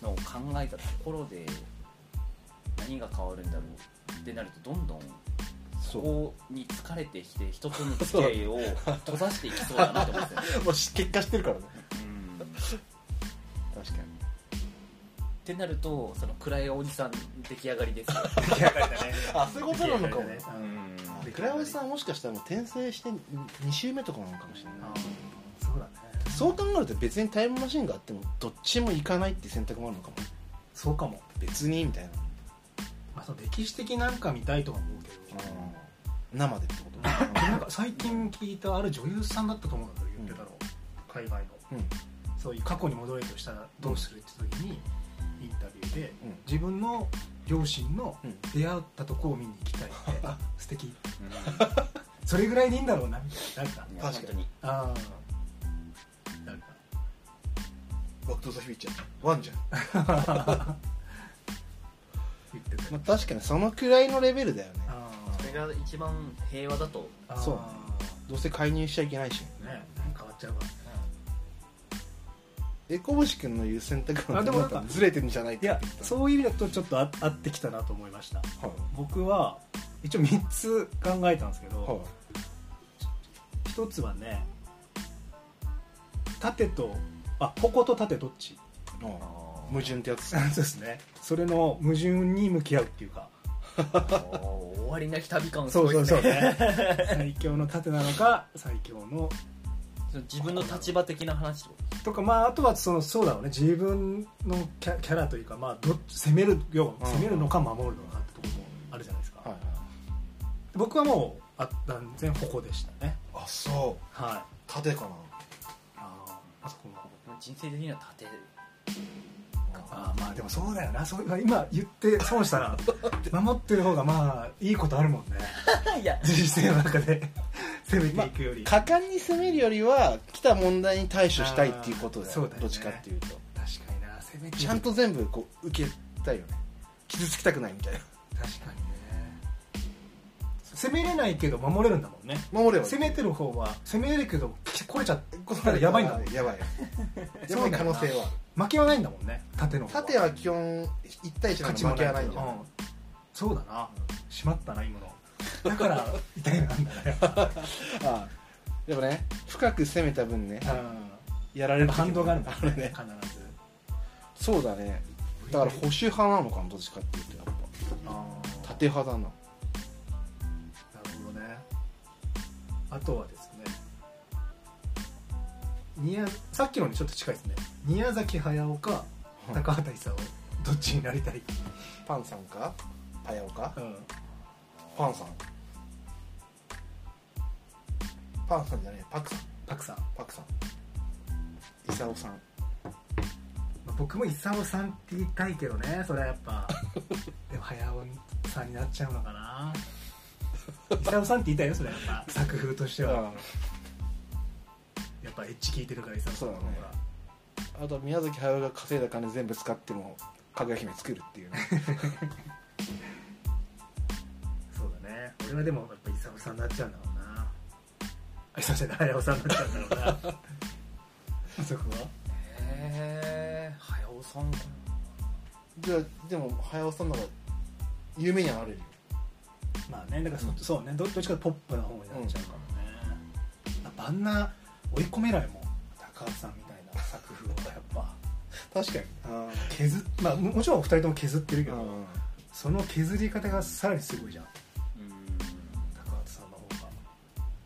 のを考えたところで何が変わるんだろうってなるとどんどんそ
そう
こに疲れてきて人との付き合いを閉ざしていきそうだなと思
<laughs>
って、ね、
もうし結果してるからね
うん
確か
ってなるとその暗いおじさん出来上がりですよ、
出来上がり <laughs> だね
あそういうことなのかも
出来上がりだね
に倉吉さんはもしかしたらもう転生して2周目とかなのかもしれない
うんそうだね
そう考えると別にタイムマシンがあってもどっちも行かないって選択もあるのかも
そうかも、
別にみたいな、
まあ、その歴史的なんか見たいとは思うけど、
生でってこと <laughs>
なんか最近聞いたある女優さんだったと思うんだけど言ってたろ、海外の
うんうん
そういう過去に戻れるとしたらどうするって時にインタビューで
うん
自分の両親の
うん
出会ったとこを見に行きたいってあ素敵それぐらいでいいんだろうなみたいななんか
いや
確
本当
かに
に
ああなんか
バック・トゥ・ザ・フューチャーワンじゃん、
言ってたよ
まあ、確かにそのくらいのレベルだよね
あ
それが一番平和だと
あ
そう
う
どうせ介入しちゃいけないし
ね変わっちゃうからね
エコブシ君の言う選択
あ
は
でもなんか
ずれてるんじゃないっ
い
て言っ
や
てた
そういう意味だとちょっとあ合ってきたなと思いました
はい
僕は一応3つ考えたんですけ
はい
ど1つはね縦とあ矛と縦どっち
ああ矛盾ってやつ
<laughs> そうですねそれの矛盾に向き合うっていうか
おー終わりなき旅感す
そ
ご
う
いです
そうそう
ね
ね最強の盾なのか最強の
その自分の立場的な話ってこと
とかまああとはそのそうだろうね自分のキャキャラというかまあどっち攻めるよ
うん
攻めるのか守るのかってところもあるじゃないですか、
はいはい
僕はもうあ断然矛でしたね
あそう
はい
縦かな
ああそこも
人生的には立て
ああまあでもそうだよなそう今言って損した <laughs> な守ってる方がまあいいことあるもんね
いや
人生の中で攻めていくより、
果敢に攻めるよりは来た問題に対処したいっていうことだよ
あーそうだよね
どっちかっていうと
確かにな攻めていく
ちゃんと全部こう受けたいよね傷つきたくないみたいな
確かにね攻めれないけど守れるんだもんね
守ればいい
攻めてる方は攻めれるけどこれちゃって
こ
たらやばいんだもん
やばいやばい可能性は
負けはないんだもんね縦の方
縦は基本1対1な
勝
の
ち
で
も
負けはないん
け
じ
ど
ゃない
うんそうだなしまったな今のだから <laughs> 痛い目なんだね
ああでもね深く攻めた分ね
う
やられ
ん
る時も
反動があるも
あ
ん
る
ね
ね
必ず
そうだねだから保守派なのかなどっちかっていうとやっ
あ
ぱ縦派だな
あなるほどねあとはですね宮さっきのにちょっと近いですね宮崎駿か
うん
高畑勲どっちになりたい、
パンさんかパヤオか
うん、
パンさんパンさんじゃねえパクさん
パクさん、
パクさんイサオさん
まあ僕も勲さんって言いたいけどねそれはやっ <laughs> ぱでも駿さんになっちゃうのかな勲さんって言いたいよそれはやっぱ作風としては
あ
やっぱエッジ聞いてるから勲さんの方が、
そうだあと宮崎駿が稼いだ金全部使ってもかぐや姫作るっていうね
そうだね俺はでもやっぱ勇さんになっちゃうんだろうなあ勇さんじゃない隼さんになっちゃうんだろうなあ <laughs> そこは
へえ早尾さんか
<laughs> じゃあでも駿さんの方が夢にはなれるよ
まあねだからそ,、そうねどどっちかとポップな方になっちゃうからね、ああんな追い込めないもん高橋さんみたいな作風はやっぱ
確かに
削っまあももちろんお二人とも削ってるけど、
うん
その削り方がさらにすごいじゃん
うん
高橋さんの方が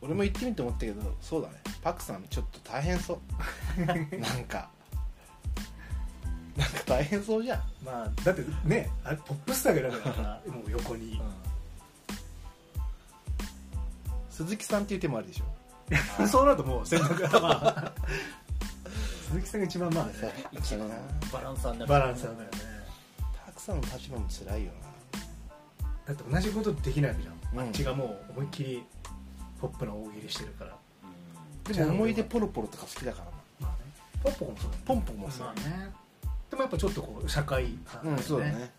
俺も行ってみて思ったけどそうだねパクさんちょっと大変そう <laughs> なんかなんか大変そうじゃん、
まあだってねあれポップスターがいるわけだからもう横に
鈴木さんっていう手もあるでしょ
そうなるともう選択が、まあ、 <laughs> 鈴木さんが一番まあね
一番バランサーになる
バランスなんだよね
パクさんの立場も辛いよ
だって同じことできないわけじゃん、
な、
あっちがもう思いっきりポップな大喜利してるから
うん
でも思い出ポロポロとか好きだからな
まあねポッポコもそうだね
ポンポンもそう
まあねでもやっぱちょっとこう社会派
うんそうだね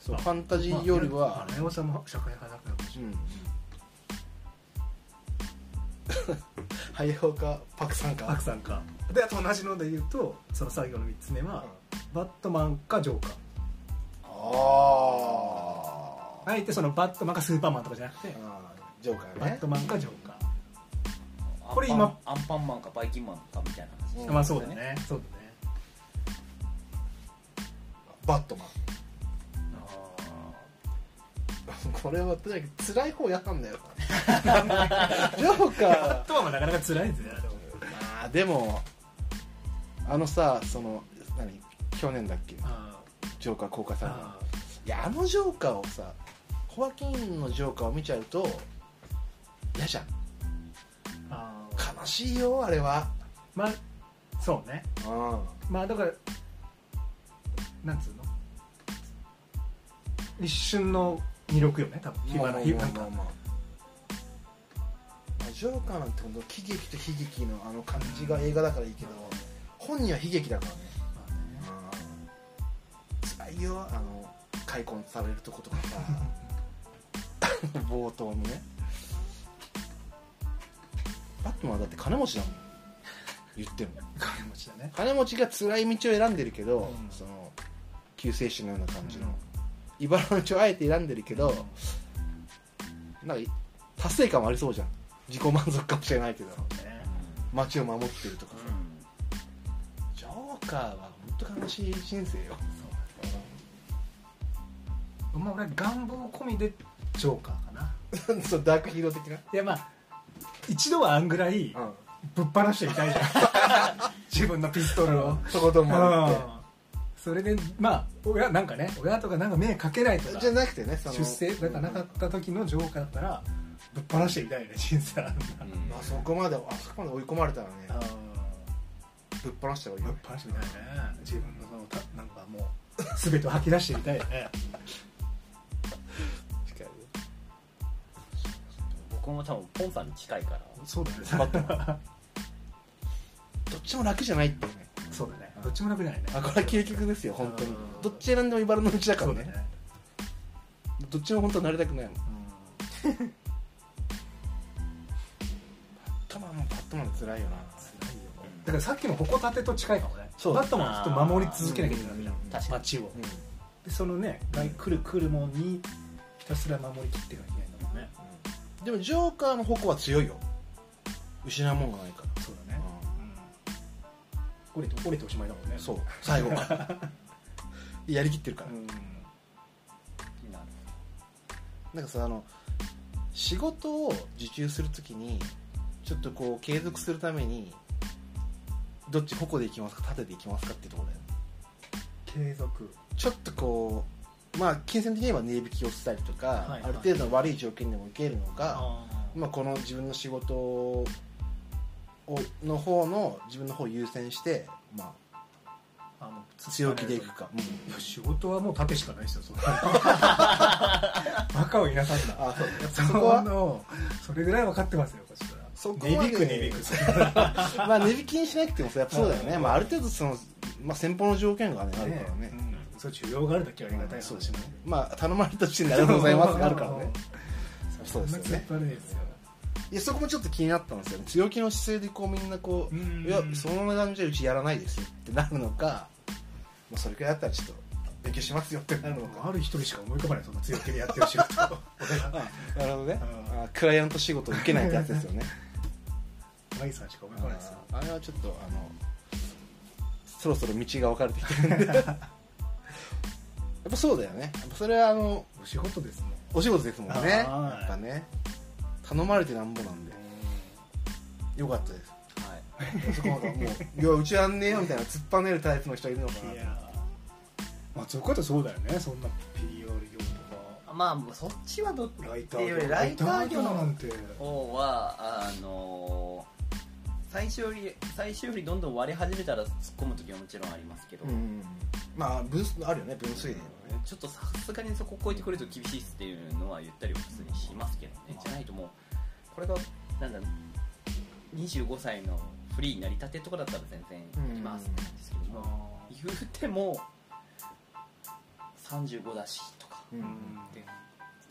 そう
まあ
ファンタジーよりは、
根尾さんも社会派だから私
うんうん早岡パクさん
ア
か
クさんかであと同じので言うとその最後の3つ目は、バットマンかジョーカー
ああ
あえてそのバットマンかスーパーマンとかじゃなくて
ジョーカー
バッ
ね
トマンかジョーカ
こ
こ
れ
れ
今
今
アンパンマンかバイキンマンかみたいな話、
ー、
うん
まあそうだねそうだね
バットマン
あ
これはとにかく辛い方やった <laughs> んだよジョーカー
バットマンはなかなか辛いですね
まあでもあのさその何去年だっけ
あ
ジョーカー公開
ー
されたの
あ
いやあのジョーカーをさホアキンのジョーカーを見ちゃうと嫌じゃん
ーあー
悲しいよあれは
まあそうね
う
まあだからなんつうの一瞬の魅力よね多分
んまあまあまあ
暇な
まあまあジョーカーなんて本当喜劇と悲劇のあの感じが映画だからいいけど本人は悲劇だからね
まあね
辛いよあの開墾されるとことかさ冒頭のねバットマンはだって金持ちだもん言っても
金持ちだね
金持ちが辛い道を選んでるけど、
うん
その救世主のような感じの、
うん
茨の道をあえて選んでるけど、なんか達成感はありそうじゃん自己満足かもしれないけど
ね
街を守ってるとかさ、
うん
ジョーカーは本当悲しい人生よ、
まあ俺は願望込みでジョーカーかな
うんそうダークヒーロー的ない
やまあ一度はあんぐらい
うん
ぶっ放してみたい
<laughs>
じゃん自分のピストルを
とことん回っ
それでまあ親なんかね親とかなんか目かけないと
て
か
じゃなくてねその
出世なんかなかった時のジョーカーだったらぶっ放してみたいよね人生あるんだ
まあそこまであそこまで追い込まれたらね
あ
ぶっ放した方がいい
ぶっ
よ
放してみたいね自分のそのたなんかもう全てを吐き出してみたいよね
僕も多分ポンさんに近いから
そうだね
バットマンどっちも楽じゃないっていうね
そうだねどっちもなくないね
あこれは究極ですよ本当に
うん
どっち選んでも茨の道だか
そ
ら
うだ
ね
ね
どっちも本当なりたくないもんバットマンもバットマンで辛いよな
辛いよだからさっきの矛盾と近いかもね
そう
バットマンはずっと守り続けなきゃいけないわけじゃん
確かに
街を
うん
でそのね来来る来るもんにひたすら守りきっていかなきゃいけないんだもんね
でもジョーカーの矛は強いよ失うもんがないか
そうだね
ら、
折れて折れておしまいだもんね
そう最後ま
<laughs>
でやりきってるから、
うん
なる
なんかさあの仕事を受注するときにちょっとこう継続するためにどっち矛でいきますか縦でいきますかっていうところだよ
継続
ちょっとこうまあ金銭的に言えば値引きをしたりとか、
はいはい
ある程度の悪い条件でも受けるのが、
あ
まあ、この自分の仕事をの方の自分の方を優先して、まあ、
あもう
強気でいくか、うん
いや仕事はもう縦しかないですよそ
<laughs>
んなバカを言いなさんな
あそうやっぱ
<laughs> そ
そこ
こ
は
のそれぐらい分かってますよこちら
そこ
値
ま
引く
で
値引く
まあ値引きにしなくてもさやっぱそうだよね、
うん
まあ、ある程度その、まあ、先方の条件が、ね、あるからね
ねうんそう需要があるだけはありがたい
そうで
話
す
も
ね
ね
まあ頼まれた時点でありがとうございますがあるから
うん
ねそうですよね
そんな突っ張れないですよ
いやそこもちょっと気になったんですよね強気の姿勢でこうみんなこう、
うん
いやその値段じゃうちやらないですよってなるのか、まあ、それくらいだったらちょっと勉強しますよってなるのか
ある一人しか思い浮かばないそんな強気でやってる
<laughs>
仕事俺は
なるほどね
うん
あクライアント仕事受けないってやつですよね
マギさんしか思い浮かばないですよ
あれはちょっとあのそろそろ道が分かれてきてる
<laughs>
んでやっぱそうだよねやっぱそれはあの
お仕事ですもん
お仕事ですもんね
は
や
い
っぱね頼まれてなんぼなんでよかった
<laughs>
です
はい
そこなんかもう「いやうちやんねえよ」みたいな突っぱねるタイプの人いるのかなと
いやまあそういうことはそうだよねそんな PR 業とか
まあそっちはどっ
ライタ
っていうよ
ー
り
業
ライター業の
ライなんて
方はあの最初より最初よりどんどん割れ始めたら突っ込む時はもちろんありますけど、
うんまあ分数あるよね分水嶺はね
ちょっとさすがにそこを超えてくれると厳しいっすっていうのは言ったりは普通にしますけどね、じゃないともうこれがなんだ25歳のフリーになりたてとかだったら全然行きますって感じですけども、言うても35だしとか
うん
っ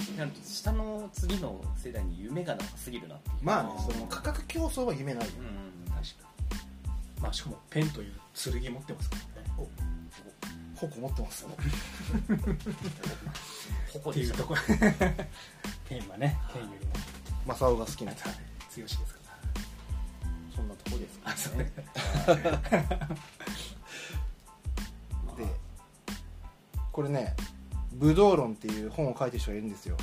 てなると下の次の世代に夢がなさすぎるなっていう
まあねその価格競争は夢ないよ、
うん確か
まあしかもペンという剣持ってますからね
矛持ってますよ
ここ
って
で
い
し
う
た
と
<laughs>
ころペンはねペンよりも
正雄が好きな
強しですから
そんなとこですか
あそうね
でこれね「武道論」っていう本を書いてる人がいるんですよ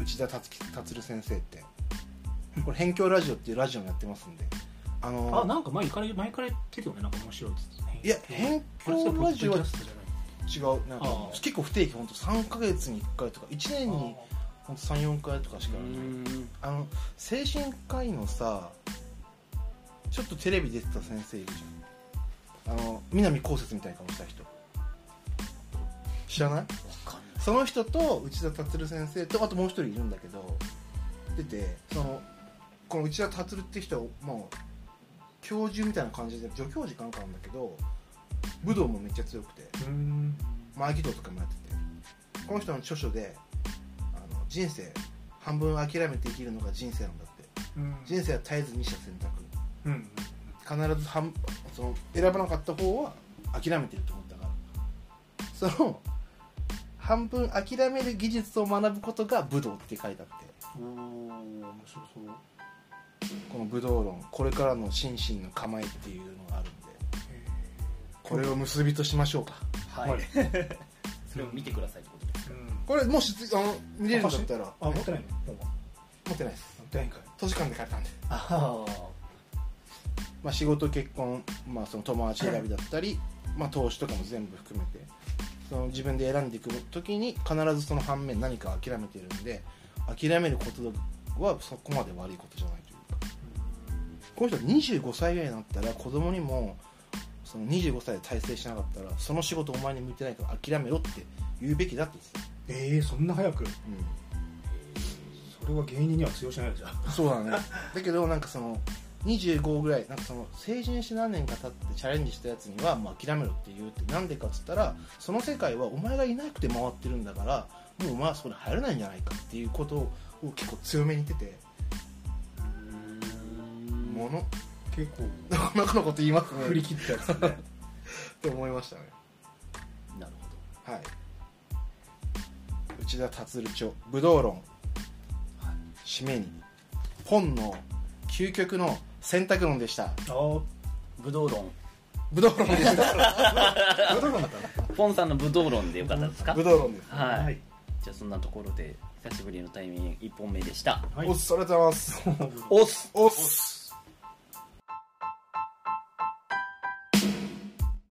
内田達樹達先生ってこれ「辺境ラジオ」っていうラジオもやってますんであの
あなんか前から前から言ってるよねなんか面白いっつって
いや辺境ラジオは
あれそれポッドキャストじゃない
違うなんか
ああ
結構不定期ほんと3ヶ月に1回とか1年にほんと34回とかしかやらないあの精神科医のさちょっとテレビ出てた先生いるじゃんあの南こうせつみたいな顔した人知らない
わかんない
その人と内田達先生とあともう一人いるんだけど出てそのこの内田達って人はもう教授みたいな感じで助教授かなんかなんだけど武道もめっちゃ強くて
うーん
マーギトとかもやっててこの人の著書であの人生半分諦めて生きるのが人生なんだって
うん
人生は絶えず2者選択
うん
必ず半その選ばなかった方は諦めてると思ったからその半分諦める技術を学ぶことが武道って書いてあって
おお面白そう
この武道論これからの心身の構えっていうのがあるんでこれを結びとしましょうか
はい、 <laughs> それを見てくださいってことです
うん
これもしあの見れるんだったら
あ持ってないの本は
持ってないです
持ってないんかい
図書館で借りたんで、
あ
まあ、仕事結婚、まあ、その友達選びだったり、まあ、投資とかも全部含めてその自分で選んでいく時に必ずその反面何か諦めてるんで諦めることはそこまで悪いことじゃないというかこの人25歳ぐらいになったら子供にもその25歳で大成しなかったらその仕事お前に向いてないから諦めろって言うべきだって言ってた
ええそんな早く
う
それは芸人には通用しないよじゃあ
ん、そうだねだけどなんかその25ぐらいなんかその成人して何年か経ってチャレンジしたやつにはもう諦めろって言うってなんでかっつったらその世界はお前がいなくて回ってるんだからもうお前はそこに入れないんじゃないかっていうことを結構強めに言ってて、もの
結構
なかなかのこと言いますね
振り切ったやつだね
って思いましたね
なるほ
はい内田達著「武道論」締めに本の究極の選択論でした
ああ
ど武道論
武道論でした
どうだったの
ポンさんの武道論でよかったですか
武道論です。
はい、
はい
じゃあそんなところで久しぶりの対面1本目でした
はい
おっす、ありがとうございます。
おっす
おっす。